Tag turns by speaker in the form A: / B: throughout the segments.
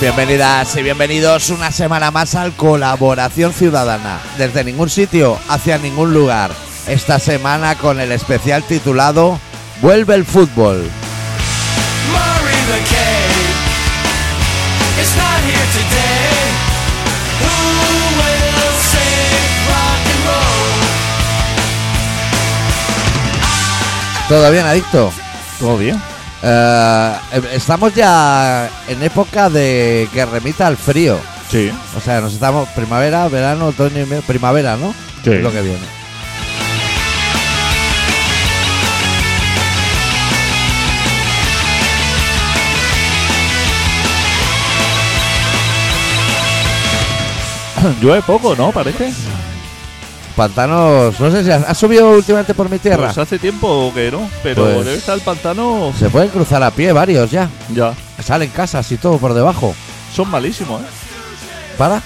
A: Bienvenidas y bienvenidos una semana más al Colaboración Ciudadana. Desde ningún sitio, hacia ningún lugar. Esta semana con el especial titulado Vuelve el fútbol.
B: Murray the is not here today. Who will save rock and roll?
A: ¿Todo bien, adicto?
C: Todo bien.
A: Eh, estamos ya en época de que remita al frío.
C: Sí.
A: O sea, nos estamos primavera, verano, otoño y invierno. Primavera, ¿no?
C: Sí.
A: Es lo que viene.
C: Llueve poco, ¿no? Parece.
A: Pantanos, no sé si has, has subido últimamente por mi tierra.
C: Pues hace tiempo que no, pero
A: Pues-
C: debe estar el pantano.
A: Se pueden cruzar a pie varios ya.
C: Ya.
A: Salen casas y todo por debajo.
C: Son malísimos, ¿eh?
A: ¿Para?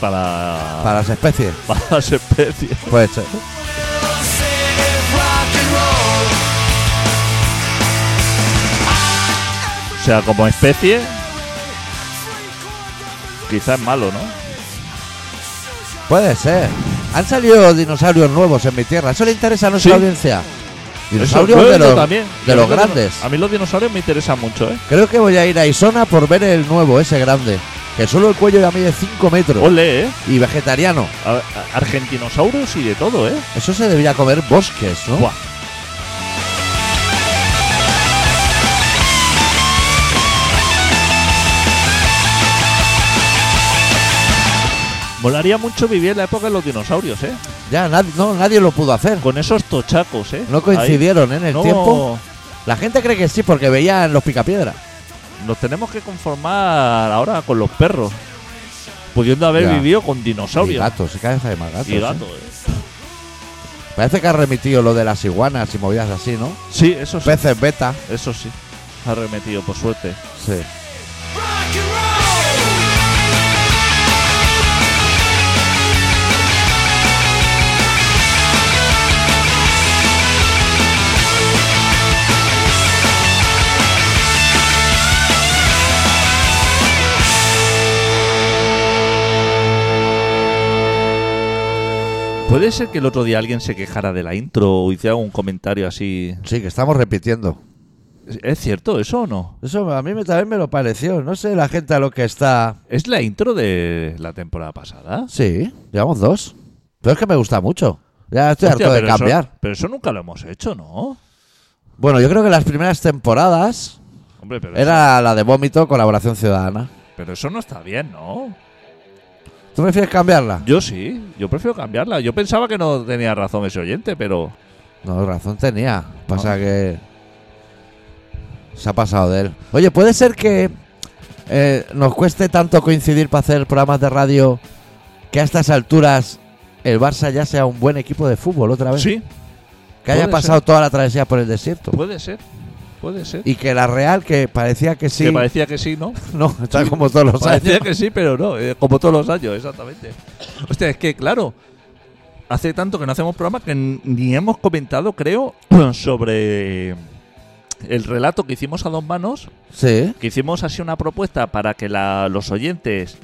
C: Para.
A: Para las especies.
C: para las especies.
A: Pues eh,
B: Will save rock and roll?
C: O sea, como especie. Quizás es malo, ¿no?
A: puede ser. Han salido dinosaurios nuevos en mi tierra. Eso le interesa a nuestra
C: Sí.
A: audiencia.
C: Eso
A: Dinosaurios
C: lo he
A: de
C: oído
A: los,
C: también.
A: de los
C: A mí
A: grandes.
C: A mí los dinosaurios me interesan mucho, ¿eh?
A: Creo que voy a ir a Isona por ver el nuevo, ese grande. Que solo el cuello ya mide 5 metros.
C: Ole, ¿eh?
A: Y vegetariano.
C: A- a- argentinosaurios y de todo, ¿eh?
A: Eso se debería comer bosques, ¿no?
C: Buah. Molaría mucho vivir en la época de los dinosaurios, ¿eh?
A: Ya, nadie, no, nadie lo pudo hacer.
C: Con esos tochacos, ¿eh?
A: No coincidieron ¿eh? en
C: Ahí.
A: el
C: No,
A: tiempo. La gente cree que sí porque veían los picapiedra.
C: Nos tenemos que conformar ahora con los perros. Pudiendo haber
A: Ya.
C: vivido con
A: Y
C: dinosaurios.
A: gatos, se cada vez hay más gatos.
C: Y
A: ¿eh?
C: gatos, ¿eh?
A: Parece que ha remitido lo de las iguanas y movidas así, ¿no?
C: Sí, eso sí.
A: Peces beta.
C: Eso sí. Ha remetido, por suerte.
A: Sí.
B: Rock and roll.
C: ¿Puede ser que el otro día alguien se quejara de la intro o hiciera un comentario así?
A: Sí, que estamos repitiendo.
C: ¿Es cierto eso o no?
A: Eso a mí me- también me lo pareció. No sé la gente a lo que está.
C: ¿Es la intro de la temporada pasada?
A: Sí, llevamos dos. Pero es que me gusta mucho. Ya estoy
C: Hostia,
A: harto de
C: pero eso-
A: cambiar.
C: pero eso nunca lo hemos hecho, ¿no?
A: Bueno, yo creo que las primeras temporadas
C: Hombre, pero,
A: era la de Vómito, Colaboración Ciudadana.
C: eso, pero eso no está bien, ¿no?
A: ¿Tú prefieres cambiarla?
C: Yo sí, yo prefiero cambiarla. Yo pensaba que no tenía razón ese oyente, pero
A: No, razón tenía. Pasa que. Se ha pasado de él. Oye, puede ser que eh, nos cueste tanto coincidir para hacer programas de radio que a estas alturas el Barça ya sea un buen equipo de fútbol otra vez.
C: sí,
A: que haya
C: puede
A: pasado toda la travesía por el desierto.
C: puede ser, puede ser.
A: Y que la Real, que parecía que sí.
C: Que parecía que sí, ¿no?
A: No, está como todos los
C: Parecía
A: años.
C: que sí, pero no, eh, como todos los años, exactamente. Hostia, es que claro, hace tanto que no hacemos programa que n- ni hemos comentado, creo, sobre el relato que hicimos a dos manos,
A: Sí,
C: que hicimos así una propuesta para que la- los oyentes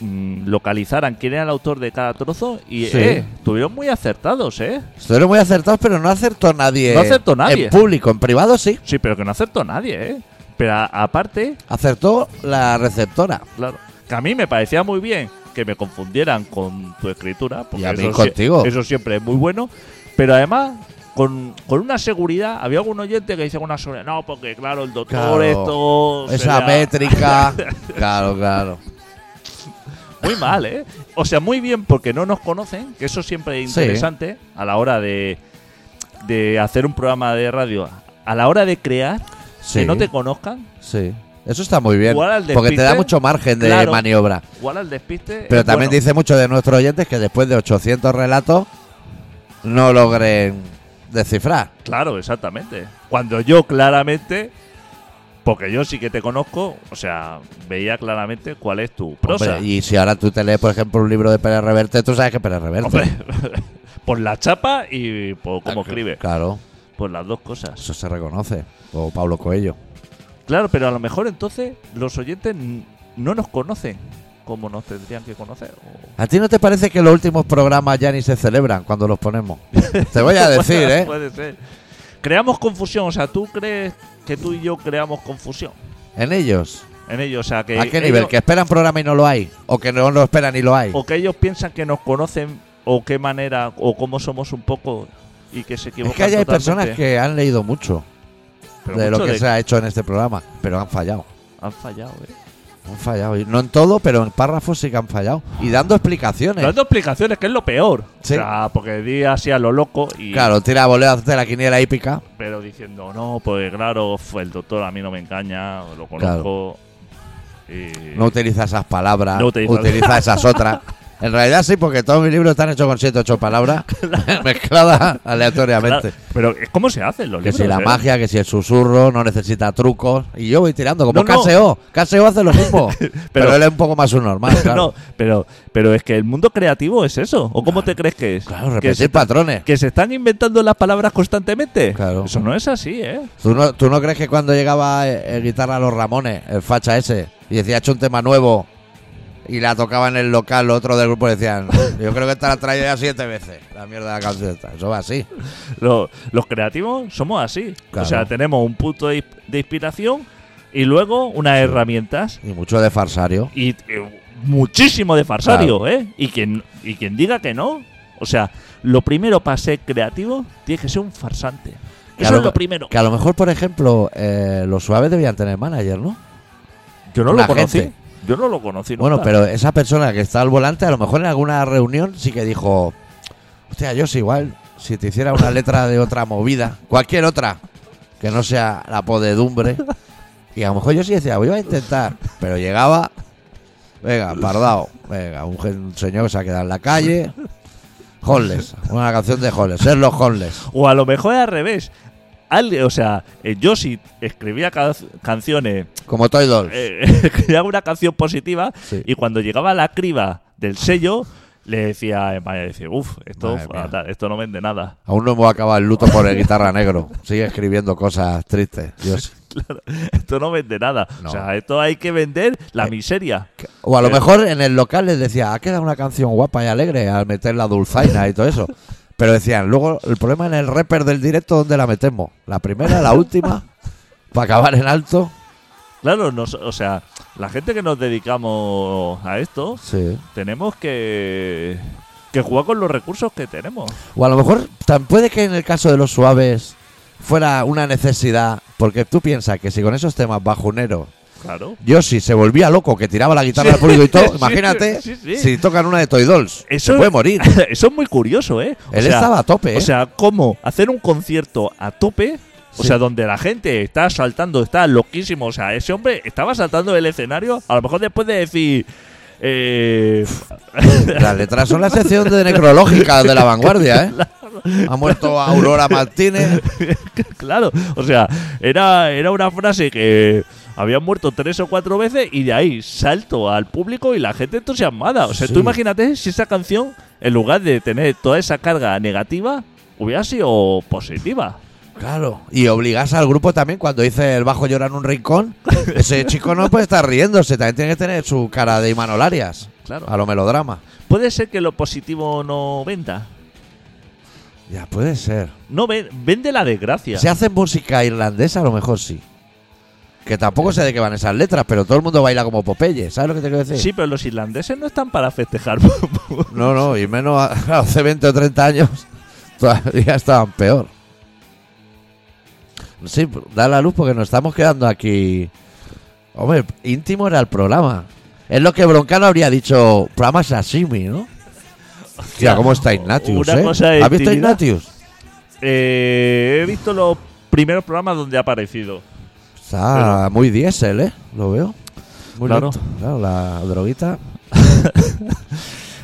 C: mm, localizaran quién era el autor de cada trozo y
A: Sí.
C: eh, estuvieron muy acertados, ¿eh?
A: estuvieron muy acertados, pero no acertó nadie.
C: No acertó nadie.
A: En público, en privado sí.
C: Sí, pero que no acertó nadie, ¿eh? Pero a- aparte,
A: Acertó la receptora.
C: Claro. Que a mí me parecía muy bien que me confundieran con tu escritura. Porque
A: Y a mí
C: eso, sie-
A: contigo.
C: eso siempre es muy bueno. Pero además, con, con una seguridad, había algún oyente que dice una seguridad. No, porque claro, el doctor
A: Claro.
C: esto.
A: Esa
C: será-".
A: métrica. claro, claro.
C: Muy mal, ¿eh? O sea, muy bien porque no nos conocen, que eso siempre es
A: Sí.
C: interesante a la hora de, de hacer un programa de radio. A la hora de crear,
A: Sí,
C: que no te conozcan,
A: sí. Eso está muy bien.
C: Jugar al
A: Porque te da
C: despiste,
A: mucho margen de
C: claro.
A: maniobra.
C: igual al despiste.
A: Pero
C: es
A: también
C: bueno.
A: dice mucho de nuestros oyentes que después de 800 relatos no logren descifrar.
C: Claro, exactamente. Cuando yo claramente, porque yo sí que te conozco, o sea, veía claramente cuál es tu prosa.
A: Hombre, y si ahora tú te lees, por ejemplo, un libro de Pérez Reverte, tú sabes que Pérez Reverte.
C: Hombre, por la chapa y por cómo escribe.
A: Claro,
C: Por las dos cosas.
A: eso se reconoce. O Pablo Coello.
C: Claro, pero a lo mejor entonces los oyentes n- no nos conocen como nos tendrían que conocer. o-
A: ¿A ti no te parece que los últimos programas ya ni se celebran cuando los ponemos? Te voy a decir, ¿eh?
C: Puede ser. Creamos confusión, o sea, tú crees que tú y yo creamos confusión
A: En ellos.
C: en ellos, o sea, que
A: ¿A qué
C: ellos-
A: nivel? ¿Que esperan programa y no lo hay? ¿O que no lo esperan y lo hay?
C: o que ellos piensan que nos conocen o qué manera o cómo somos un poco y que se
A: Es
C: equivocan.
A: que hay hay
C: totalmente.
A: personas que han leído mucho
C: Pero
A: de lo
C: mucho
A: que
C: de-
A: se ha hecho en este programa, pero han fallado.
C: han fallado. ¿eh?
A: Han fallado. Y No en todo, pero en párrafos sí que han fallado. Y dando explicaciones.
C: Dando explicaciones que es lo peor,
A: Sí.
C: o sea, porque di así a lo loco y
A: Claro, tira boleas de la quiniela hípica.
C: pero diciendo no, pues claro, fue el doctor a mí no me engaña, lo conozco. y-
A: No utiliza esas palabras,
C: No utiliza-
A: utiliza, esas otras. En realidad sí, porque todos mis libros están hechos con 7 8 palabras mezcladas aleatoriamente.
C: Claro, pero es como se hacen los
A: Que
C: libros.
A: si la
C: ¿eh?
A: magia, que si el susurro, no necesita trucos. Y yo voy tirando, como
C: No, no.
A: Caseo. Caseo hace lo mismo. pero, él es un poco más un normal, claro.
C: no, pero, pero es que el mundo creativo es eso. ¿O cómo te crees que es?
A: claro,
C: que,
A: repetir
C: se,
A: patrones.
C: que se están inventando las palabras constantemente.
A: Claro.
C: Eso no es así, ¿eh?
A: ¿Tú no, ¿Tú no crees que cuando llegaba eh, el guitarra a los Ramones, el facha ese, y decía, he hecho un tema nuevo, y la tocaba en el local, los otros del grupo decían, yo creo que esta la traía ya siete veces, la mierda de la canción esta". Eso va así.
C: Lo- los creativos somos así.
A: Claro.
C: O sea, tenemos un punto de, de inspiración y luego unas herramientas
A: Y mucho de farsario.
C: y eh, muchísimo de farsario, ¿eh? Y quien, y quien diga que no. O sea, lo primero para ser creativo tiene que ser un farsante.
A: Que a
C: Eso es
A: lo-
C: lo primero.
A: Que a lo mejor, por ejemplo, eh, los suaves debían tener manager, ¿no?
C: Yo no
A: la
C: lo conocí.
A: gente.
C: Yo no lo conocí.
A: Bueno,
C: nunca.
A: pero esa persona que está al volante, a lo mejor en alguna reunión sí que dijo, hostia, yo sí igual, si te hiciera una letra de otra movida, cualquier otra, que no sea la podedumbre, y a lo mejor yo sí decía, voy a intentar, pero llegaba, venga, pardao, venga, un, gen- un señor que se ha quedado en la calle, Holles, una canción de Holles, ser los Holles.
C: O a lo mejor al revés. Al- o sea, eh, yo si escribía ca- canciones,
A: como Toy Dolls.
C: eh, escribía una canción positiva
A: Sí.
C: y cuando llegaba la criba del sello, le decía a Emma, decía, uff, esto,
A: Madre mía.
C: fatal, esto no vende nada.
A: Aún no hemos acabado el luto por el guitarra negro. Sigue escribiendo cosas tristes. Yo sí.
C: Esto no vende nada.
A: No. Eh.
C: O sea, esto hay que vender la miseria.
A: O a lo
C: Eh.
A: mejor en el local les decía, ha quedado una canción guapa y alegre al meter la dulzaina y todo eso. Pero decían, luego el problema en el rapper del directo, ¿dónde la metemos? ¿La primera, la última? ¿Para acabar en alto?
C: Claro, nos- o sea, la gente que nos dedicamos a esto,
A: Sí.
C: tenemos que, que jugar con los recursos que tenemos.
A: O a lo mejor tan puede que en el caso de los suaves fuera una necesidad, porque tú piensas que si con esos temas bajuneros
C: Claro.
A: Yoshi se volvía loco, que tiraba la guitarra
C: Sí.
A: al público y todo,
C: Sí,
A: imagínate
C: sí, sí.
A: si tocan una de Toy Dolls.
C: Eso-
A: se puede morir.
C: Eso es muy curioso, ¿eh? O
A: Él
C: sea,
A: estaba a tope, ¿eh?
C: O sea, cómo hacer un concierto a tope, o
A: Sí.
C: sea, donde la gente está saltando, está loquísimo. O sea, ese hombre estaba saltando del escenario, a lo mejor después de decir. eh,
A: Las letras son la sección de necrológica de la vanguardia, ¿eh? Ha muerto Aurora Martínez.
C: claro, o sea, era, era una frase que habían muerto tres o cuatro veces y de ahí salto al público y la gente entusiasmada. O sea,
A: Sí.
C: tú imagínate si esa canción, en lugar de tener toda esa carga negativa, hubiera sido positiva.
A: Claro. Y obligas al grupo también cuando dice el bajo llora en un rincón. Ese chico no puede estar riéndose, también tiene que tener su cara de Imanolarias.
C: Claro.
A: A lo melodrama.
C: Puede ser que lo positivo no venda.
A: Ya, puede ser.
C: No ve- vende la desgracia.
A: Si hacen música irlandesa, a lo mejor sí. Que tampoco sé de qué van esas letras, pero todo el mundo baila como Popeye, ¿sabes lo que te quiero decir?
C: sí, pero los irlandeses no están para festejar.
A: No, no, y menos a- hace 20 o 30 años todavía estaban peor. Sí, da la luz porque nos estamos quedando aquí. Hombre, íntimo era el programa. Es lo que Broncano habría dicho, programa sashimi, ¿no? Hostia, ¿cómo está Ignatius,
C: Una
A: eh?
C: cosa de
A: ¿Has visto
C: intimidad.
A: Ignatius?
C: Eh, he visto los primeros programas donde ha aparecido.
A: Está muy diésel, ¿eh? Lo veo. Muy
C: Claro.
A: lento. Claro, la droguita.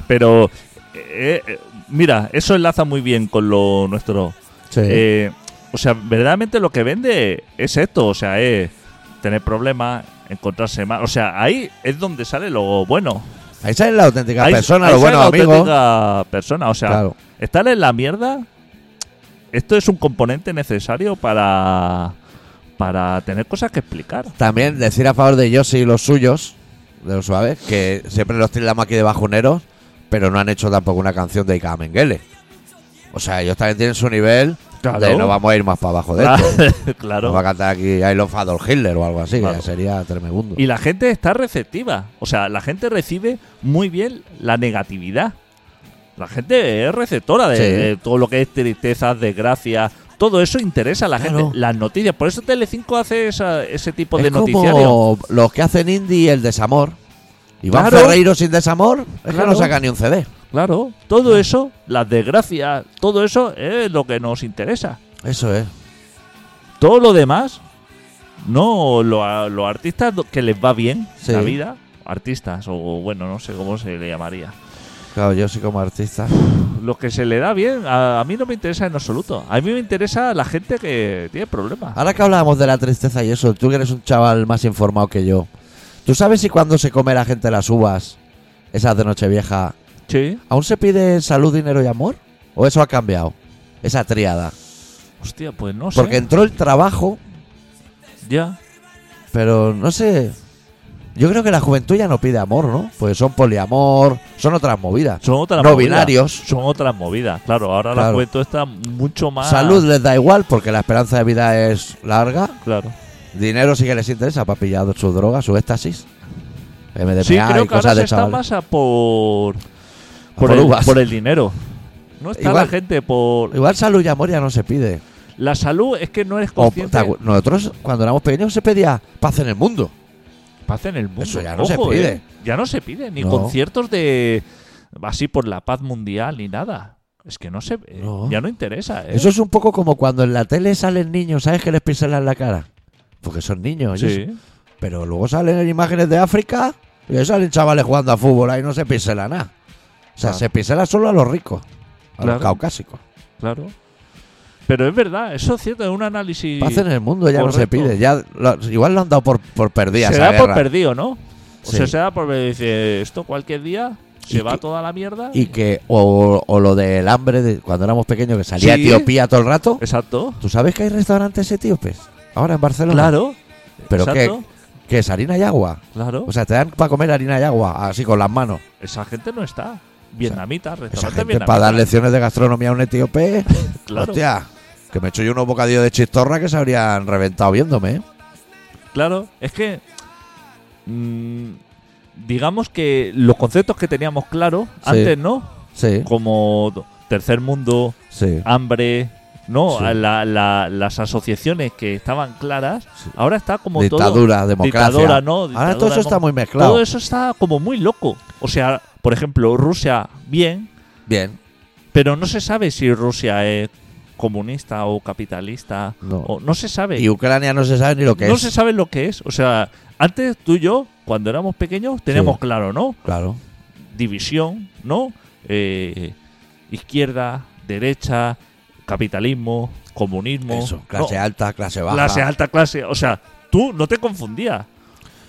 C: Pero, eh, eh, mira, eso enlaza muy bien con lo nuestro.
A: Sí.
C: Eh, o sea, verdaderamente lo que vende es esto. O sea, es tener problemas, encontrarse mal. O sea, ahí es donde sale lo bueno.
A: ahí sale la auténtica
C: Ahí-
A: persona,
C: ahí
A: los
C: sale
A: buenos
C: la
A: amigos.
C: auténtica persona. O sea,
A: Claro.
C: estar en la mierda, esto es un componente necesario para, para tener cosas que explicar.
A: También decir a favor de Yossi y los suyos de los suaves, que siempre los tildamos aquí de bajoneros, pero no han hecho tampoco una canción de Ika Mengele. O sea, ellos también tienen su nivel
C: Claro.
A: de no vamos a ir más para abajo de esto. Nos va a
C: claro.
A: cantar aquí I Love Adolf Hitler o algo así, que
C: Claro.
A: ya sería tremebundo.
C: Y la gente está receptiva. O sea, la gente recibe muy bien la negatividad. La gente es receptora de,
A: Sí.
C: de todo lo que es tristezas, desgracias. Todo eso interesa a la
A: Claro.
C: gente. Las noticias. Por eso Telecinco hace esa- ese tipo de
A: es
C: noticiarios.
A: como los que hacen indie el desamor. Iván
C: Claro.
A: Ferreiro sin desamor, es que
C: Claro.
A: no saca ni un CD.
C: Claro. Todo eso, las desgracias, todo eso es lo que nos interesa.
A: Eso es.
C: Todo lo demás, no, lo a- los artistas do- que les va bien
A: Sí.
C: la vida, artistas, o bueno, no sé cómo se le llamaría.
A: Claro, yo soy como artista.
C: Lo que se le da bien, a, a mí no me interesa en absoluto. A mí me interesa la gente que tiene problemas.
A: Ahora que hablábamos de la tristeza y eso, tú que eres un chaval más informado que yo, ¿tú sabes si cuando se come la gente las uvas, esas de Nochevieja,
C: Sí,
A: aún se pide salud, dinero y amor? ¿O eso ha cambiado? Esa triada.
C: hostia, pues no sé.
A: Porque entró el trabajo,
C: Ya,
A: pero no sé. Yo creo que la juventud ya no pide amor, ¿no? Pues son poliamor, son otras movidas.
C: son otras
A: No
C: movidas.
A: binarios.
C: Son otras movidas, claro. Ahora la
A: Claro.
C: juventud está mucho más.
A: Salud les da igual porque la esperanza de vida es larga.
C: Claro.
A: Dinero sí que les interesa para pillar su droga, su éxtasis. MDMA
C: sí, creo
A: y
C: que ahora
A: cosas
C: se
A: de
C: está
A: chavales.
C: más a por.
A: por
C: el,
A: uvas.
C: por el dinero. No está
A: Igual.
C: la gente por.
A: Igual salud y amor ya no se pide.
C: La salud es que no eres
A: O-
C: consciente.
A: ta- nosotros, cuando éramos pequeños, se pedía paz en el mundo.
C: paz en el mundo.
A: Eso ya no se pide.
C: eh, ya no se pide, ni
A: No.
C: conciertos de así por la paz mundial ni nada. Es que no se eh,
A: No.
C: ya no interesa. eh.
A: Eso es un poco como cuando en la tele salen niños, ¿sabes que les pincelan la cara? Porque son niños. ellos-
C: sí.
A: Pero luego salen imágenes de África y ahí salen chavales jugando a fútbol, ahí no se pincela nada. O sea,
C: Claro.
A: se pincela solo a los ricos, a
C: Claro.
A: los caucásicos.
C: Claro. Pero es verdad, eso es cierto, es un análisis.
A: Paz en el mundo ya no se
C: Correcto.
A: pide. Ya lo- igual lo han dado por, por perdida.
C: se
A: esa
C: da por
A: guerra.
C: perdido, ¿no? O
A: Sí.
C: sea, se da por dice esto cualquier día se
A: Y
C: va
A: que-
C: toda la mierda.
A: Y que, o, o lo del hambre de cuando éramos pequeños, que salía
C: Sí.
A: Etiopía todo el rato.
C: Exacto.
A: ¿Tú sabes que hay restaurantes etíopes? Ahora en Barcelona.
C: Claro.
A: Pero
C: exacto,
A: que, que es harina y agua.
C: claro.
A: O sea, te dan para comer harina y agua, así con las manos.
C: esa gente no está. Vietnamita,
A: Esa
C: restaurante
A: gente
C: vietnamita.
A: para dar lecciones de gastronomía a un etíope.
C: Claro.
A: Hostia, que me echo yo unos bocadillos de chistorra que se habrían reventado viéndome. ¿eh?
C: Claro, es que. mm, digamos que los conceptos que teníamos claros
A: Sí.
C: antes, ¿no?
A: Sí,
C: Como t- tercer mundo,
A: sí.
C: hambre, ¿no?
A: Sí.
C: A la- la- las asociaciones que estaban claras,
A: Sí.
C: ahora está como todo.
A: Dictadura, democracia.
C: Dictadora, ¿no?
A: Ahora todo
C: Dictadora,
A: eso está
C: ¿no?
A: muy mezclado.
C: Todo eso está como muy loco. O sea, por ejemplo, Rusia, bien,
A: Bien.
C: pero no se sabe si Rusia es comunista o capitalista.
A: No.
C: O, no se sabe.
A: Y Ucrania no se sabe ni lo que
C: no
A: es.
C: se sabe lo que es. O sea, antes tú y yo, cuando éramos pequeños, teníamos
A: Sí.
C: claro, ¿no?
A: Claro.
C: División, ¿no? Eh, izquierda, derecha, capitalismo, comunismo.
A: Eso, clase
C: No,
A: alta, clase baja.
C: clase alta, clase. O sea, tú no te confundías.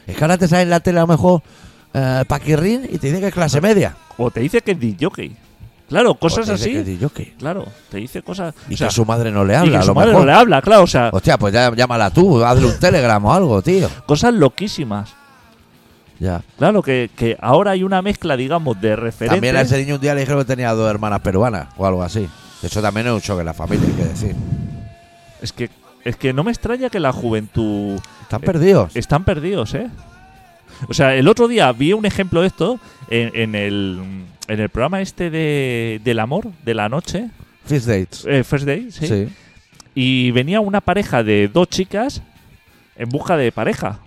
A: Es que ahora te sale en la tele a lo mejor eh, Paquirrín y te dice que es clase media.
C: O te dice que es jockey. Claro, cosas
A: O te dice
C: así.
A: que es de jockey.
C: claro, te dice cosas.
A: Y
C: o sea,
A: que su madre no le
C: y
A: habla,
C: que
A: a
C: su
A: lo
C: madre
A: mejor.
C: no le habla, claro. O sea,
A: Hostia, pues ya llámala tú, hazle un telegrama o algo, tío.
C: cosas loquísimas.
A: Ya.
C: Claro, que, que ahora hay una mezcla, digamos, de referentes.
A: También a ese niño un día le dijeron que tenía dos hermanas peruanas o algo así. Eso también es un choque en la familia, hay que decir.
C: Es que, es que no me extraña que la juventud
A: Están
C: Eh,
A: perdidos.
C: están perdidos, ¿eh? O sea, el otro día vi un ejemplo de esto en, en el, en el programa este de, del amor, de la noche,
A: Fist dates.
C: eh, First Day, ¿sí?
A: Sí.
C: Y venía una pareja de dos chicas en busca de pareja.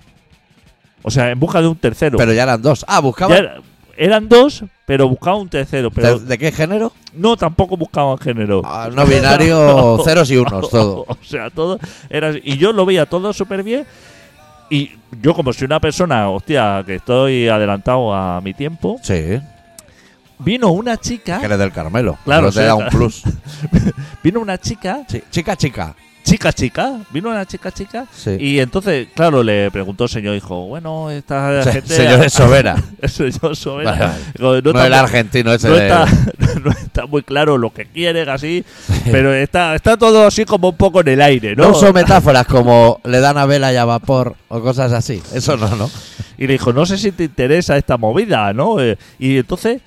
C: O sea, en busca de un tercero.
A: Pero ya eran dos. Ah,
C: Ya
A: buscaban.
C: era- eran dos, pero buscaban un tercero. Pero
A: ¿De, de qué género?
C: no tampoco buscaban género.
A: Ah, no binario, ceros y unos, todo.
C: O sea, todo era y yo lo veía todo súper bien y yo como soy una persona, hostia, que estoy adelantado a mi tiempo,
A: Sí.
C: vino una chica,
A: Que eres del Carmelo.
C: Ah. Claro,
A: Pero te
C: sí,
A: da
C: claro.
A: un plus.
C: vino una chica,
A: Sí. Chica, chica.
C: chica chica, vino una chica chica
A: Sí.
C: y entonces, claro, le preguntó el señor hijo, bueno, esta
A: Se-
C: gente
A: señores Sobera.
C: el señor Sobera,
A: Vale, vale.
C: digo,
A: No,
C: tan-
A: el argentino ese
C: no
A: de-
C: está, no está muy claro lo que quieren así, pero está, está todo así como un poco en el aire,
A: No
C: ¿no?
A: uso metáforas como le dan a vela y a vapor o cosas así. Eso no, ¿no?
C: Y le dijo, no sé si te interesa esta movida, ¿no? Eh, y entonces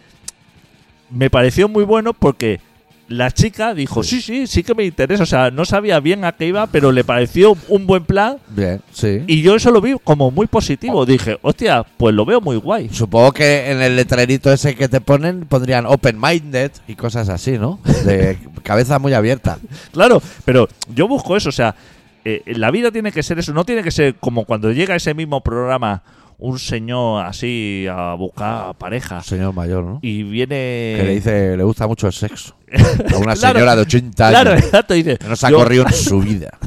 C: me pareció muy bueno porque la chica dijo, sí, sí, sí que me interesa. O sea, no sabía bien a qué iba, pero le pareció un buen plan.
A: Bien, sí.
C: Y yo eso lo vi como muy positivo. Dije, hostia, pues lo veo muy guay.
A: Supongo que en el letrerito ese que te ponen pondrían open-minded y cosas así, ¿no? De cabeza muy abierta.
C: Claro, pero yo busco eso, o sea, eh, la vida tiene que ser eso, no tiene que ser como cuando llega ese mismo programa un señor así a buscar pareja
A: Señor mayor, ¿no?
C: y viene...
A: Que le dice, le gusta mucho el sexo. A una
C: Claro.
A: señora de 80 años.
C: Claro, exacto, dice...
A: Que no se ha
C: yo-
A: corrido en su vida.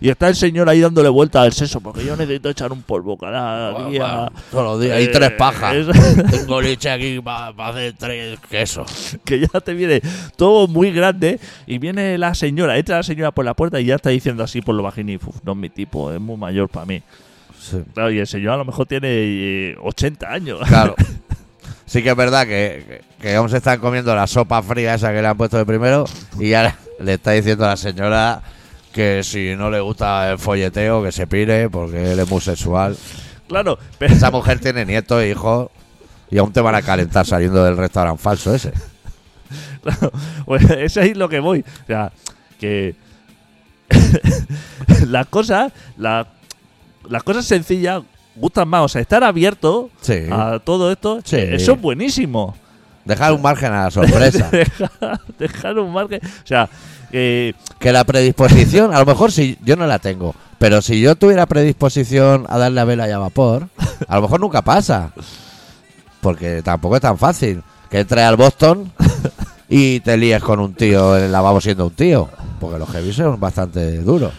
C: Y está el señor ahí dándole vuelta al seso, porque yo necesito echar un polvo cada día.
A: Todos los días.
C: Eh,
A: Y tres pajas.
C: es-
A: Tengo leche aquí para hacer tres quesos.
C: que ya te viene todo muy grande y viene la señora, entra la señora por la puerta y ya está diciendo así por lo bajín y "Uf, no es mi tipo, es muy mayor para mí.
A: Sí.
C: Claro, y el señor a lo mejor tiene eh, 80 años.
A: Claro. Sí que es verdad que, que- que aún se están comiendo la sopa fría esa que le han puesto de primero y ya le- le está diciendo a la señora que si no le gusta el folleteo que se pire porque él es muy sexual.
C: Claro, pero
A: Esa mujer tiene nietos e hijos y aún te van a calentar saliendo del restaurante falso ese.
C: claro, pues eso es lo que voy. O sea, que las cosas, la- las cosas sencillas gustan más. O sea, estar abierto
A: Sí.
C: a todo esto, eh,
A: Sí.
C: eso es buenísimo.
A: Dejar un margen a la sorpresa.
C: Dejar, dejar un margen. O sea, eh,
A: Que la predisposición, a lo mejor si yo no la tengo, pero si yo tuviera predisposición a darle a vela y a vapor, a lo mejor nunca pasa. Porque tampoco es tan fácil que entres al Boston y te líes con un tío en el lavabo siendo un tío. Porque los heavy son bastante duros.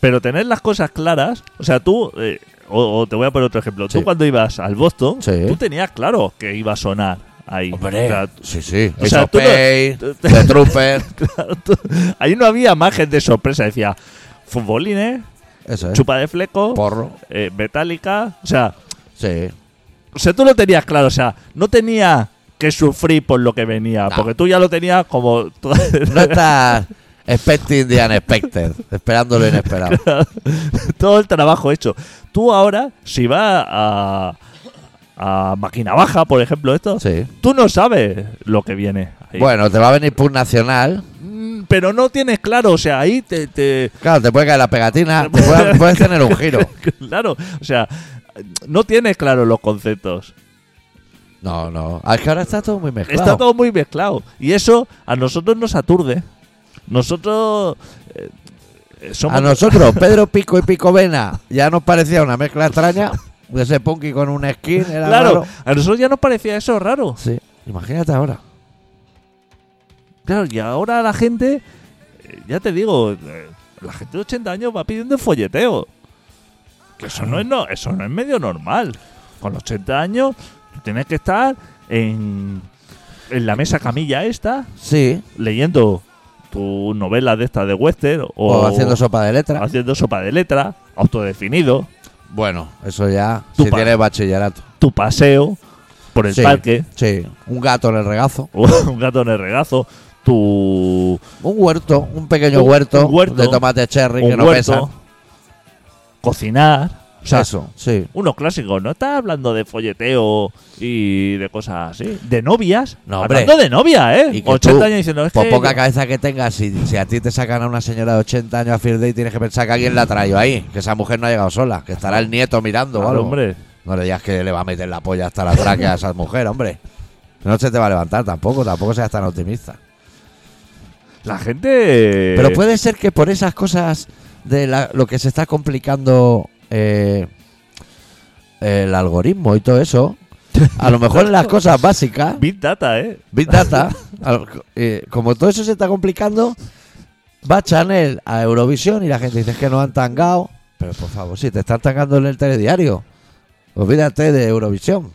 C: pero tener las cosas claras. O sea, tú. eh, o, o te voy a poner otro ejemplo.
A: Sí.
C: Tú cuando ibas al Boston,
A: Sí.
C: tú tenías claro que iba a sonar ahí. O sea,
A: sí, sí.
C: O
A: Ace
C: sea,
A: of
C: tú no-
A: Base,
C: tú-
A: The Trooper,
C: Claro, tú- Ahí no había margen de sorpresa. Decía futbolines,
A: eso es.
C: chupa de fleco,
A: Porro,
C: eh, metálica. O sea,
A: sí.
C: o sea, tú lo tenías claro. O sea, no tenía que sufrir por lo que venía.
A: No.
C: Porque tú ya lo tenías como. todo-
A: No estás expecting the unexpected, esperando lo inesperado.
C: todo el trabajo hecho. Tú ahora, si vas a. A máquina baja, por ejemplo, esto.
A: Sí.
C: Tú no sabes lo que viene. ahí.
A: Bueno, te va a venir Pug Nacional.
C: Mm, Pero no tienes claro, o sea, ahí te- te,
A: Claro, te puede caer la pegatina, te puede- puedes tener un giro.
C: Claro, o sea, no tienes claro los conceptos.
A: No, no. Es que ahora está todo muy mezclado.
C: Está todo muy mezclado. Y eso a nosotros nos aturde. Nosotros eh, eh, somos.
A: A nosotros, Pedro Pico y Pico Vena, ya nos parecía una mezcla extraña. De ese punky con un skin, era
C: claro,
A: raro.
C: a nosotros ya nos parecía eso raro.
A: Sí, imagínate ahora.
C: Claro, y ahora la gente, eh, ya te digo, eh, la gente de 80 años va pidiendo folleteo. Que eso no es, no, eso no es medio normal. Con los 80 años tú tienes que estar en, en la mesa camilla esta.
A: Sí,
C: leyendo tu novela de esta de western o,
A: o, pues haciendo sopa de letras.
C: haciendo sopa de letra, autodefinido,
A: Bueno, eso ya,
C: Tú
A: si
C: pa-
A: tienes bachillerato.
C: tu paseo por el
A: Sí,
C: parque,
A: Sí, un gato en el regazo.
C: o un gato en el regazo, tu
A: Un huerto, un pequeño
C: Un-
A: huerto,
C: un huerto.
A: de tomate cherry
C: un
A: que no
C: huerto,
A: pesa.
C: cocinar, o sea,
A: Eso, sí.
C: unos clásicos, no estás hablando de folleteo y de cosas así, de novias,
A: No, hombre.
C: hablando de novia, eh,
A: Y que
C: 80
A: tú,
C: años diciendo, es
A: Por
C: que
A: poca
C: yo-
A: cabeza que tengas, si, si a ti te sacan a una señora de 80 años a First Day, tienes que pensar que alguien la ha traído ahí, que esa mujer no ha llegado sola, que estará el nieto mirando o
C: Claro,
A: algo.
C: hombre,
A: No le digas que le va a meter la polla hasta la tráquea a esa mujer, hombre. No se te va a levantar tampoco, tampoco seas tan optimista.
C: la gente
A: Pero puede ser que por esas cosas de la- lo que se está complicando eh, el algoritmo y todo eso, a lo mejor en las cosas básicas
C: Big Data, eh.
A: Big Data, al- eh, como todo eso se está complicando, va Chanel a Eurovisión y la gente dice "Es que no han tangado. Pero por favor, si te están tangando en el telediario, olvídate de Eurovisión.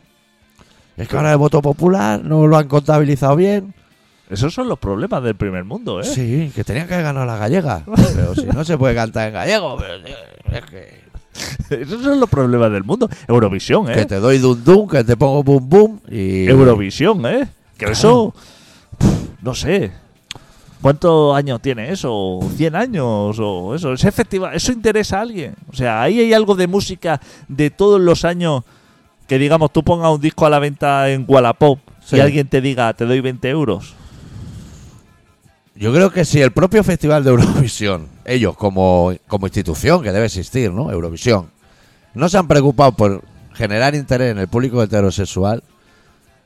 A: Es que ahora el voto popular no lo han contabilizado bien.
C: Esos son los problemas del primer mundo, eh.
A: Sí, que tenían que ganar las gallegas. Pero si no se puede cantar en gallego, pero, tío, es que,
C: Esos son los problemas del mundo. Eurovisión, ¿eh?
A: que te doy dum dum, que te pongo boom boom y...
C: Eurovisión, ¿eh? Que eso... pf, no sé, ¿cuántos años tiene eso? ¿100 años o eso? ¿Es efectiva? ¿Eso interesa a alguien? O sea, ahí hay algo de música de todos los años que, digamos, tú pongas un disco a la venta en Wallapop
A: Sí.
C: y alguien te diga, te doy 20 euros.
A: Yo creo que si el propio Festival de Eurovisión, ellos como, como institución que debe existir, ¿no? Eurovisión, no se han preocupado por generar interés en el público heterosexual,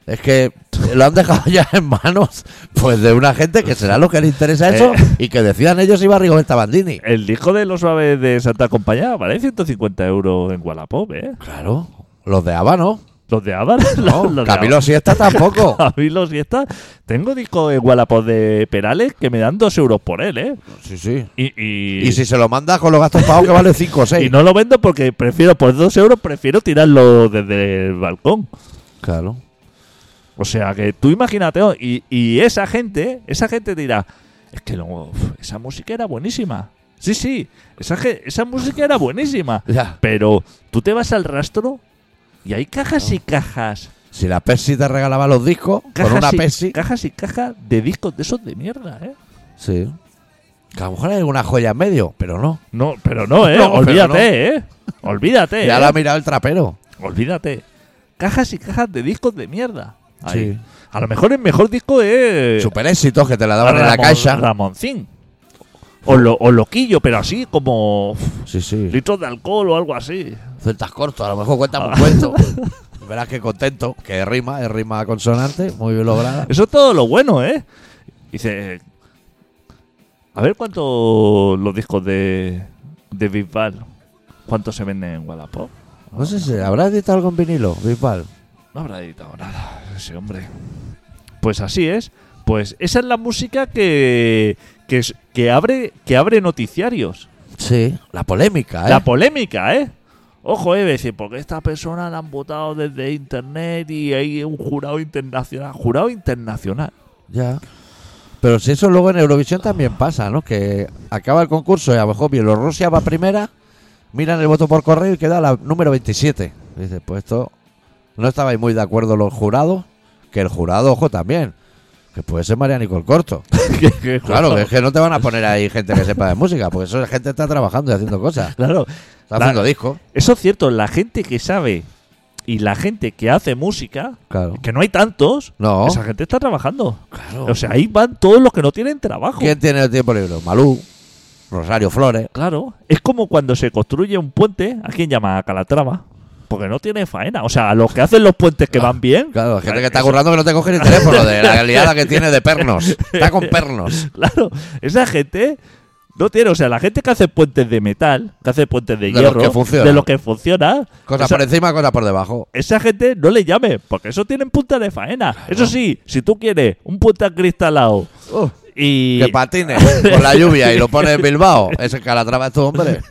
A: es que lo han dejado ya en manos pues de una gente que será lo que les interesa eso
C: Eh.
A: y que decían ellos iba Rigoberta Bandini.
C: El disco de Los Suaves de Santa Compañía vale 150 euros en Wallapop, ¿eh?
A: Claro, los de ABBA no.
C: Los de Ávara,
A: no
C: los de
A: Camilo Siesta tampoco.
C: Camilo Siesta. Tengo disco en Wallapop de Perales que me dan dos euros por él, ¿eh?
A: Sí, sí.
C: Y, y,
A: Y si se lo mandas con los gastos pagos que vale 5 o 6.
C: y no lo vendo porque prefiero, por dos euros, prefiero tirarlo desde el balcón.
A: Claro.
C: O sea que tú imagínate, oh, y, y esa gente, esa gente dirá, es que no, uf, esa música era buenísima. Sí, sí, esa, ge- esa música era buenísima.
A: Ya.
C: Pero tú te vas al rastro y hay cajas y cajas.
A: Si la Pepsi te regalaba los discos
C: Cajas
A: con una
C: y,
A: Pepsi.
C: Cajas y cajas de discos de esos de mierda, ¿eh?
A: Sí. Que a lo mejor hay una joya en medio, pero no.
C: No, pero no, ¿eh?
A: No, pero
C: Olvídate,
A: no.
C: ¿eh? Olvídate,
A: Ya
C: ¿eh?
A: la ha mirado el trapero.
C: Olvídate. Cajas y cajas de discos de mierda. Ahí.
A: Sí.
C: A lo mejor el mejor disco es...
A: Super éxitos que te la daban en la
C: Ramon-
A: caixa.
C: Ramoncín. O, lo, o loquillo, pero así como uf,
A: Sí, sí.
C: litros de alcohol o algo así.
A: Celtas cortos, a lo mejor cuentan un cuento. Verás que contento, que rima, es rima consonante, muy bien lograda.
C: Eso es todo lo bueno, ¿eh? Dice. A ver cuántos los discos de. de Big Bang, ¿Cuántos se venden en Wallapop?
A: No sé si habrá editado algo en vinilo, Bisbal.
C: No habrá editado nada ese hombre. Pues así es. Pues esa es la música que. que, es- que abre, que abre noticiarios.
A: Sí, la polémica, ¿eh?
C: La polémica, ¿eh? Ojo, eh, decir, porque esta persona la han votado desde internet y hay un jurado internacional. Jurado internacional.
A: ya. Pero si eso luego en Eurovisión también pasa, ¿no? Que acaba el concurso y a lo mejor Bielorrusia va primera, miran el voto por correo y queda la número 27. Dice, pues esto no estabais muy de acuerdo los jurados, que el jurado, ojo, también, que puede ser María Nicole Corto.
C: Que- que-
A: Claro, que es que no te van a poner ahí gente que sepa de música, porque eso la gente está trabajando y haciendo cosas,
C: Claro,
A: está
C: La-
A: haciendo discos.
C: eso es cierto. La gente que sabe y la gente que hace música,
A: Claro.
C: que no hay tantos,
A: No,
C: esa gente está trabajando.
A: claro.
C: O sea, ahí van todos los que no tienen trabajo.
A: ¿Quién tiene el tiempo libre? Malú, Rosario Flores.
C: Claro, es como cuando se construye un puente, ¿a quién llama? A Calatrava. Porque no tiene faena. O sea, a los que hacen los puentes que van bien,
A: Claro, gente que está currando que no te coge ni teléfono de la liada que tiene de pernos. Está con pernos.
C: Claro, esa gente no tiene, o sea, la gente que hace puentes de metal, que hace puentes de,
A: De los
C: hierro,
A: que funcionan.
C: de lo que funciona,
A: Cosas
C: esa,
A: por encima, cosas por debajo.
C: esa gente no le llame, porque eso tienen punta de faena. Eso sí, si tú quieres un puente acristalado Oh, y
A: Que patine con la lluvia y lo pone en Bilbao. Ese calatrava es tu hombre.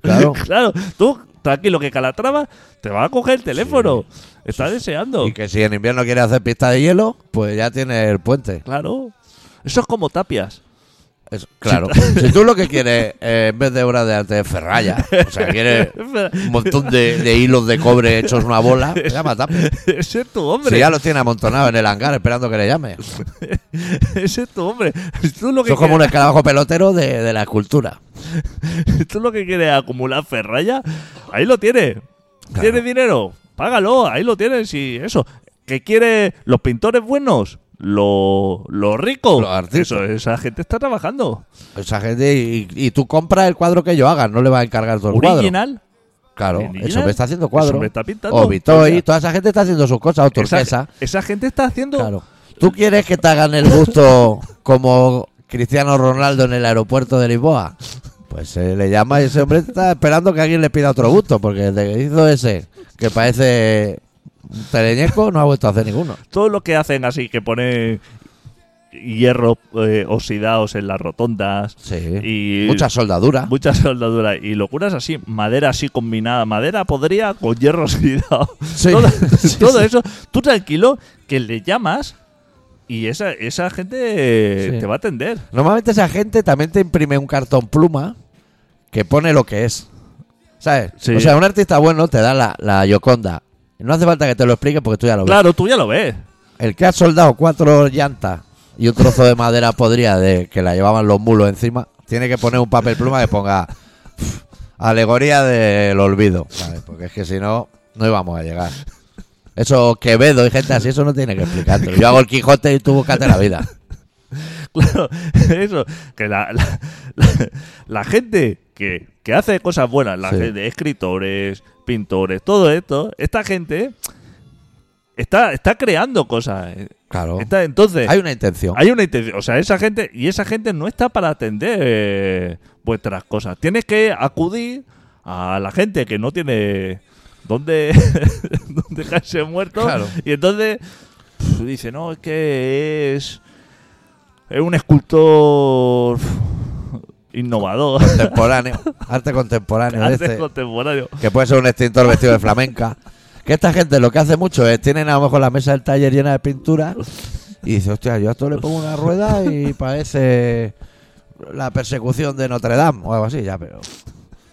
A: Claro.
C: claro, tú tranquilo que Calatrava te va a coger el teléfono, está deseando.
A: Y que si en invierno quiere hacer pista de hielo, pues ya tiene el puente.
C: Claro. Eso es como tapias.
A: Es- claro. Si tú lo que quieres, eh, en vez de obra de arte, es ferralla. O sea, quieres un montón de, de hilos de cobre hechos una bola, pues llama Tapi.
C: Ese es tu hombre.
A: Si ya los tiene amontonados en el hangar esperando que le llame. Eso
C: Ese es tu hombre. Tú lo que
A: es como un
C: quieres-
A: escarabajo pelotero de, de la escultura.
C: Tú lo que quieres es acumular ferralla, ahí lo tienes.
A: Claro.
C: Tienes dinero, págalo, ahí lo tienes y eso. ¿Qué quiere los pintores buenos? Los los ricos.
A: Los artistas.
C: Eso, esa gente está trabajando.
A: Esa gente, y, y tú compras el cuadro que yo haga, no le va a encargar todo el cuadro.
C: Original.
A: Claro,
C: original.
A: eso me está haciendo
C: Eso
A: cuadro.
C: me está pintando.
A: O Vitoy,
C: O sea,
A: toda esa gente está haciendo sus cosas, o Turquesa.
C: esa, esa gente está haciendo.
A: Claro. ¿Tú quieres que te hagan el gusto como Cristiano Ronaldo en el aeropuerto de Lisboa? Pues se le llama y ese hombre está esperando que alguien le pida otro gusto, porque desde que hizo ese, que parece un teleñeco, no ha vuelto a hacer ninguno.
C: Todo lo que hacen así, que ponen hierro eh, oxidados en las rotondas.
A: Sí.
C: Y
A: Mucha soldadura.
C: Muchas soldaduras y locuras así, madera así combinada, madera podría con hierro oxidado.
A: Sí.
C: Todo,
A: Sí,
C: todo
A: sí.
C: eso, tú tranquilo, que le llamas y esa, esa gente
A: Sí.
C: te va a atender.
A: Normalmente esa gente también te imprime un cartón pluma que pone lo que es. ¿Sabes?
C: Sí.
A: O sea, un artista bueno te da la, la Yoconda. No hace falta que te lo explique porque tú ya lo ves.
C: Claro, tú ya lo ves.
A: El que ha soldado cuatro llantas y un trozo de madera podría de que la llevaban los mulos encima, tiene que poner un papel pluma que ponga pf, alegoría del olvido. ¿sabes? Porque es que si no, no íbamos a llegar. Eso Quevedo y gente así, eso no tiene que explicártelo. Yo hago el Quijote y tú búscate la vida.
C: Claro, eso, que la, la, la- la gente que, que hace cosas buenas, la
A: Sí.
C: gente, escritores, pintores, todo esto, esta gente está, está creando cosas. eh.
A: Claro.
C: Está, entonces,
A: Hay una intención.
C: hay una intención. O sea, esa gente, y esa gente no está para atender eh, vuestras cosas. Tienes que acudir a la gente que no tiene dónde, dónde caerse muerto.
A: Claro.
C: Y entonces pf, dice, no, es que es, es un escultor innovador.
A: Contemporáneo. Arte contemporáneo. de
C: arte
A: este.
C: contemporáneo.
A: que puede ser un extintor vestido de flamenca. Que esta gente lo que hace mucho es, tienen a lo mejor la mesa del taller llena de pintura y dice, hostia, yo a esto le pongo una rueda y parece la persecución de Notre Dame o algo así, ya, pero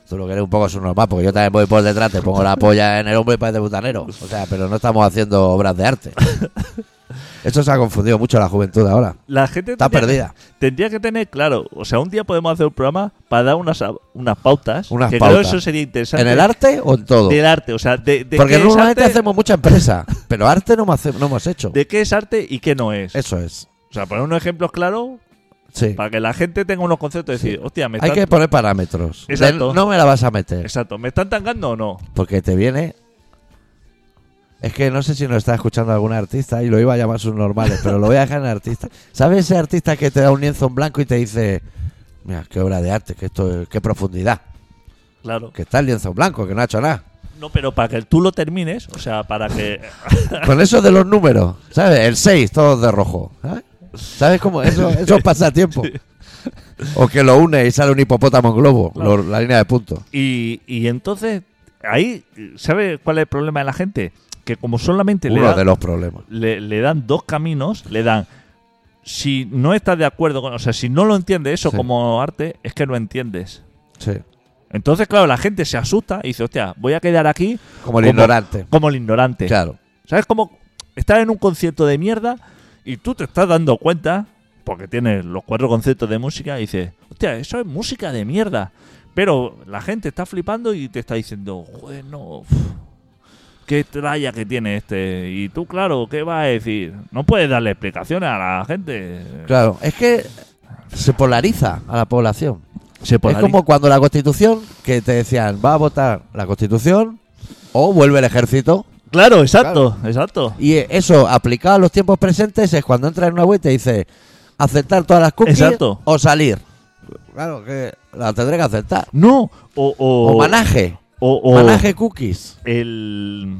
A: tú lo que eres un poco subnormal, porque yo también voy por detrás, te pongo la polla en el hombro y parece butanero. O sea, pero no estamos haciendo obras de arte. Eso se ha confundido mucho la juventud ahora.
C: La gente
A: Está
C: tendría-
A: perdida.
C: Tendría que tener claro, o sea, un día podemos hacer un programa para dar unas, unas pautas.
A: Unas
C: que
A: pautas.
C: creo eso sería interesante.
A: ¿En el arte o en todo?
C: Del arte, o sea, de, de
A: Porque
C: qué es
A: normalmente
C: arte,
A: hacemos mucha empresa, pero arte no, me hace- no hemos hecho.
C: de qué es arte y qué no es.
A: Eso es.
C: O sea, poner unos ejemplos claros
A: Sí.
C: para que la gente tenga unos conceptos y decir, hostia, me
A: Hay
C: están,
A: que poner parámetros.
C: Exacto.
A: De- no me la vas a meter.
C: exacto, ¿me están tangando o no?
A: Porque te viene. Es que no sé si nos está escuchando algún artista y lo iba a llamar sus normales, pero lo voy a dejar en artista. ¿Sabes ese artista que te da un lienzo en blanco y te dice, mira, qué obra de arte, que esto, qué profundidad,
C: Claro.
A: que está el lienzo en blanco, que no ha hecho nada?
C: No, pero para que tú lo termines, o sea, para que
A: Con eso de los números, ¿sabes? El 6, todos de rojo. ¿Sabes, ¿Sabes cómo? Eso, eso pasa tiempo. O que lo une y sale un hipopótamo en globo,
C: Claro.
A: lo- la línea de puntos.
C: y, y entonces ahí ¿sabes cuál es el problema de la gente? Que como solamente le
A: Uno
C: da-
A: de los problemas.
C: le, le dan dos caminos, le dan si no estás de acuerdo con, o sea, si no lo entiendes eso
A: Sí.
C: como arte, es que no entiendes.
A: Sí.
C: Entonces, claro, la gente se asusta y dice, hostia, voy a quedar aquí
A: Como el
C: Como-
A: ignorante.
C: como el ignorante.
A: Claro.
C: ¿Sabes cómo estás en un concierto de mierda y tú te estás dando cuenta, porque tienes los cuatro conceptos de música, y dices, hostia, eso es música de mierda. Pero la gente está flipando y te está diciendo, joder, no, uf, qué tralla que tiene este. Y tú, claro, ¿qué vas a decir? No puedes darle explicaciones a la gente.
A: Claro, es que se polariza a la población.
C: Se polariza.
A: Es como cuando la Constitución, que te decían, va a votar la Constitución o vuelve el ejército.
C: Claro, exacto, exacto.
A: Y eh, eso, aplicado a los tiempos presentes, es cuando entras en una web y te dice, aceptar todas las cookies
C: Exacto.
A: o salir. Claro, que la tendré que aceptar.
C: No, o... O,
A: O, manaje.
C: o- o-
A: Manaje cookies.
C: el.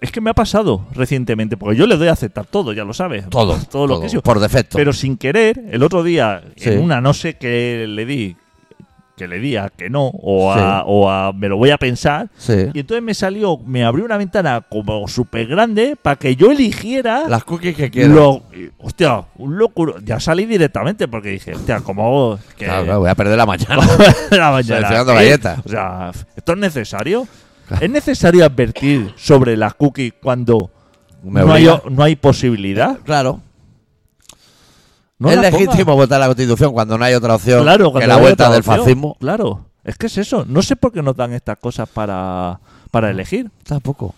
C: Es que me ha pasado recientemente, porque yo le doy a aceptar todo, ya lo sabes.
A: Todo.
C: Todo lo que sea.
A: Por defecto.
C: Pero sin querer, el otro día,
A: Sí.
C: en una no sé qué le di, que le di a que no, o a,
A: Sí.
C: o a me lo voy a pensar.
A: sí.
C: Y entonces me salió, me abrió una ventana como súper grande para que yo eligiera.
A: Las cookies que quiero.
C: lo, hostia, un locuro. Ya salí directamente porque dije, hostia, como. Que,
A: Claro, claro, voy a perder la mañana.
C: la mañana.
A: Seleccionando
C: ¿Eh?
A: galletas.
C: O sea, ¿esto es necesario? ¿Es necesario advertir sobre las cookies cuando
A: Me
C: no hay,
A: obliga.
C: no hay posibilidad?
A: Claro.
C: No
A: es
C: la pongas.
A: legítimo votar la constitución cuando no hay otra opción
C: Claro,
A: que
C: cuando
A: la
C: hay
A: vuelta
C: otra
A: del
C: opción.
A: fascismo.
C: Claro, es que es eso. No sé por qué nos dan estas cosas para, para elegir.
A: Tampoco.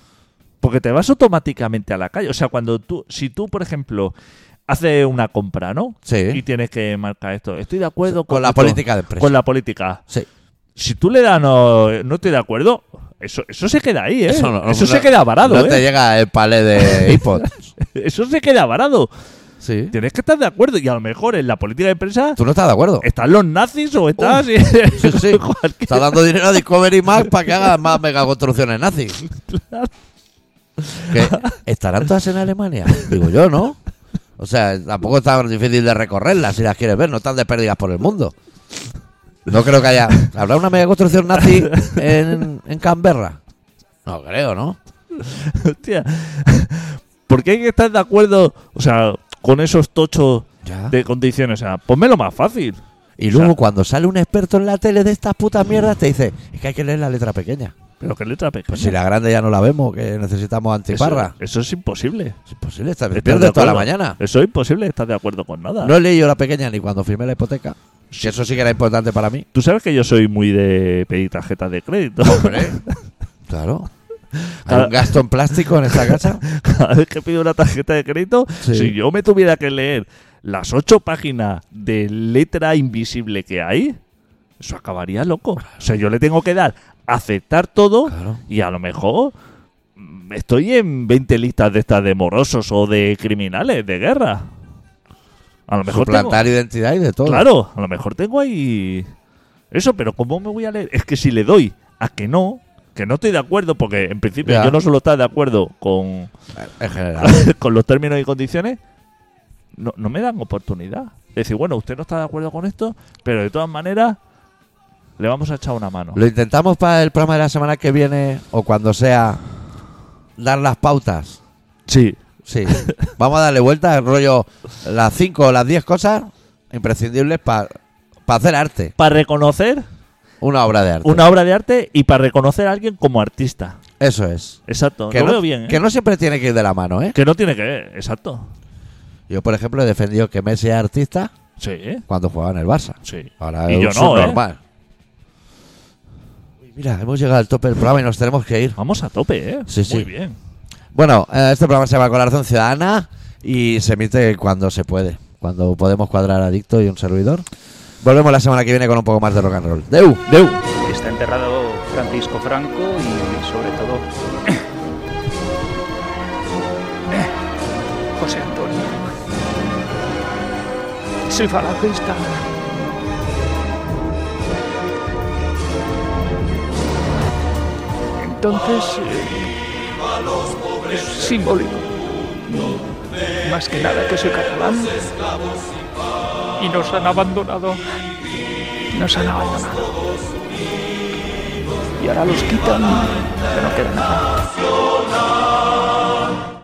C: Porque te vas automáticamente a la calle. O sea, cuando tú, si tú, por ejemplo, haces una compra, ¿no?
A: Sí.
C: Y tienes que marcar esto. Estoy de acuerdo con,
A: Con la
C: esto,
A: política de empresa.
C: Con la política.
A: Sí.
C: Si tú le das no, no estoy de acuerdo, eso, eso se queda ahí, ¿eh? Eso,
A: no- no-
C: se
A: no-
C: queda varado,
A: No te
C: ¿eh?
A: llega el palé de iPod.
C: Eso se queda varado.
A: sí.
C: Tienes que estar de acuerdo. Y a lo mejor en la política de empresa
A: ¿Tú no estás de acuerdo?
C: están los nazis o estás.
A: Sí, sí.
C: cualquier-
A: Está dando dinero a Discovery Max para que hagan más megaconstrucciones nazis. Que ¿Estarán todas en Alemania? Digo yo, ¿no? O sea, tampoco es tan difícil de recorrerlas si las quieres ver, no están de pérdidas por el mundo. No creo que haya. ¿Habrá una megaconstrucción nazi en, en Canberra? No creo, ¿no?
C: Hostia. ¿Por qué hay que estar de acuerdo, o sea, con esos tochos
A: Ya.
C: de condiciones? O sea, ponmelo más fácil.
A: Y luego
C: O sea-
A: cuando sale un experto en la tele de estas putas mierdas te dice, es que hay que leer la letra pequeña.
C: Pero qué letra pequeña.
A: Pues si la grande ya no la vemos, que necesitamos
C: eso,
A: antiparra.
C: eso es imposible.
A: Es imposible, esta me
C: ¿Estás
A: pierdes
C: de
A: toda la
C: acuerdo?
A: mañana.
C: Eso es imposible, estás de acuerdo con nada.
A: No he leído la pequeña ni cuando firmé la hipoteca. Si eso sí que era importante para mí.
C: Tú sabes que yo soy muy de pedir tarjetas de crédito.
A: Claro. Hay
C: Cada-
A: un gasto en plástico en esta casa.
C: Cada vez que pido una tarjeta de crédito,
A: Sí.
C: si yo me tuviera que leer las ocho páginas de letra invisible que hay, eso acabaría loco. O sea, yo le tengo que dar aceptar todo
A: Claro.
C: y a lo mejor mm, estoy en 20 listas de estas de morosos o de criminales de guerra. A lo mejor tengo-
A: Suplantar identidad y de todo.
C: Claro, a lo mejor tengo ahí eso, pero ¿cómo me voy a leer? Es que si le doy a que no, que no estoy de acuerdo, porque en principio
A: Ya.
C: yo no solo estar de acuerdo con,
A: En general.
C: con los términos y condiciones, no, no me dan oportunidad. Es decir, bueno, usted no está de acuerdo con esto, pero de todas maneras le vamos a echar una mano.
A: Lo intentamos para el programa de la semana que viene o cuando sea dar las pautas.
C: Sí,
A: Sí. Vamos a darle vuelta al rollo las 5 o las 10 cosas imprescindibles para hacer arte.
C: para reconocer
A: Una obra de arte.
C: una obra de arte y para reconocer a alguien como artista.
A: Eso es.
C: Exacto,
A: Que
C: lo
A: no,
C: veo bien. ¿eh?
A: que no siempre tiene que ir de la mano, ¿eh?
C: Que no tiene que ver, exacto.
A: Yo, por ejemplo, he defendido que Messi es artista
C: Sí, ¿eh?
A: cuando jugaba en el Barça.
C: sí.
A: Ahora
C: Y
A: es
C: yo
A: un
C: no, ¿eh?
A: normal. Mira, hemos llegado al tope del programa y nos tenemos que ir.
C: Vamos a tope, ¿eh?
A: Sí, sí.
C: Muy bien.
A: Bueno, eh, este programa se llama Colaboración Ciudadana y se emite cuando se puede, cuando podemos cuadrar adicto y un servidor. Volvemos la semana que viene con un poco más de rock and roll. Deu, deu.
D: Está enterrado Francisco Franco y sobre todo José Antonio. Soy falangista. Entonces eh, es simbólico. Más que nada que soy catalán. Y nos han abandonado. Nos han abandonado y ahora los quitan, que no queda nada.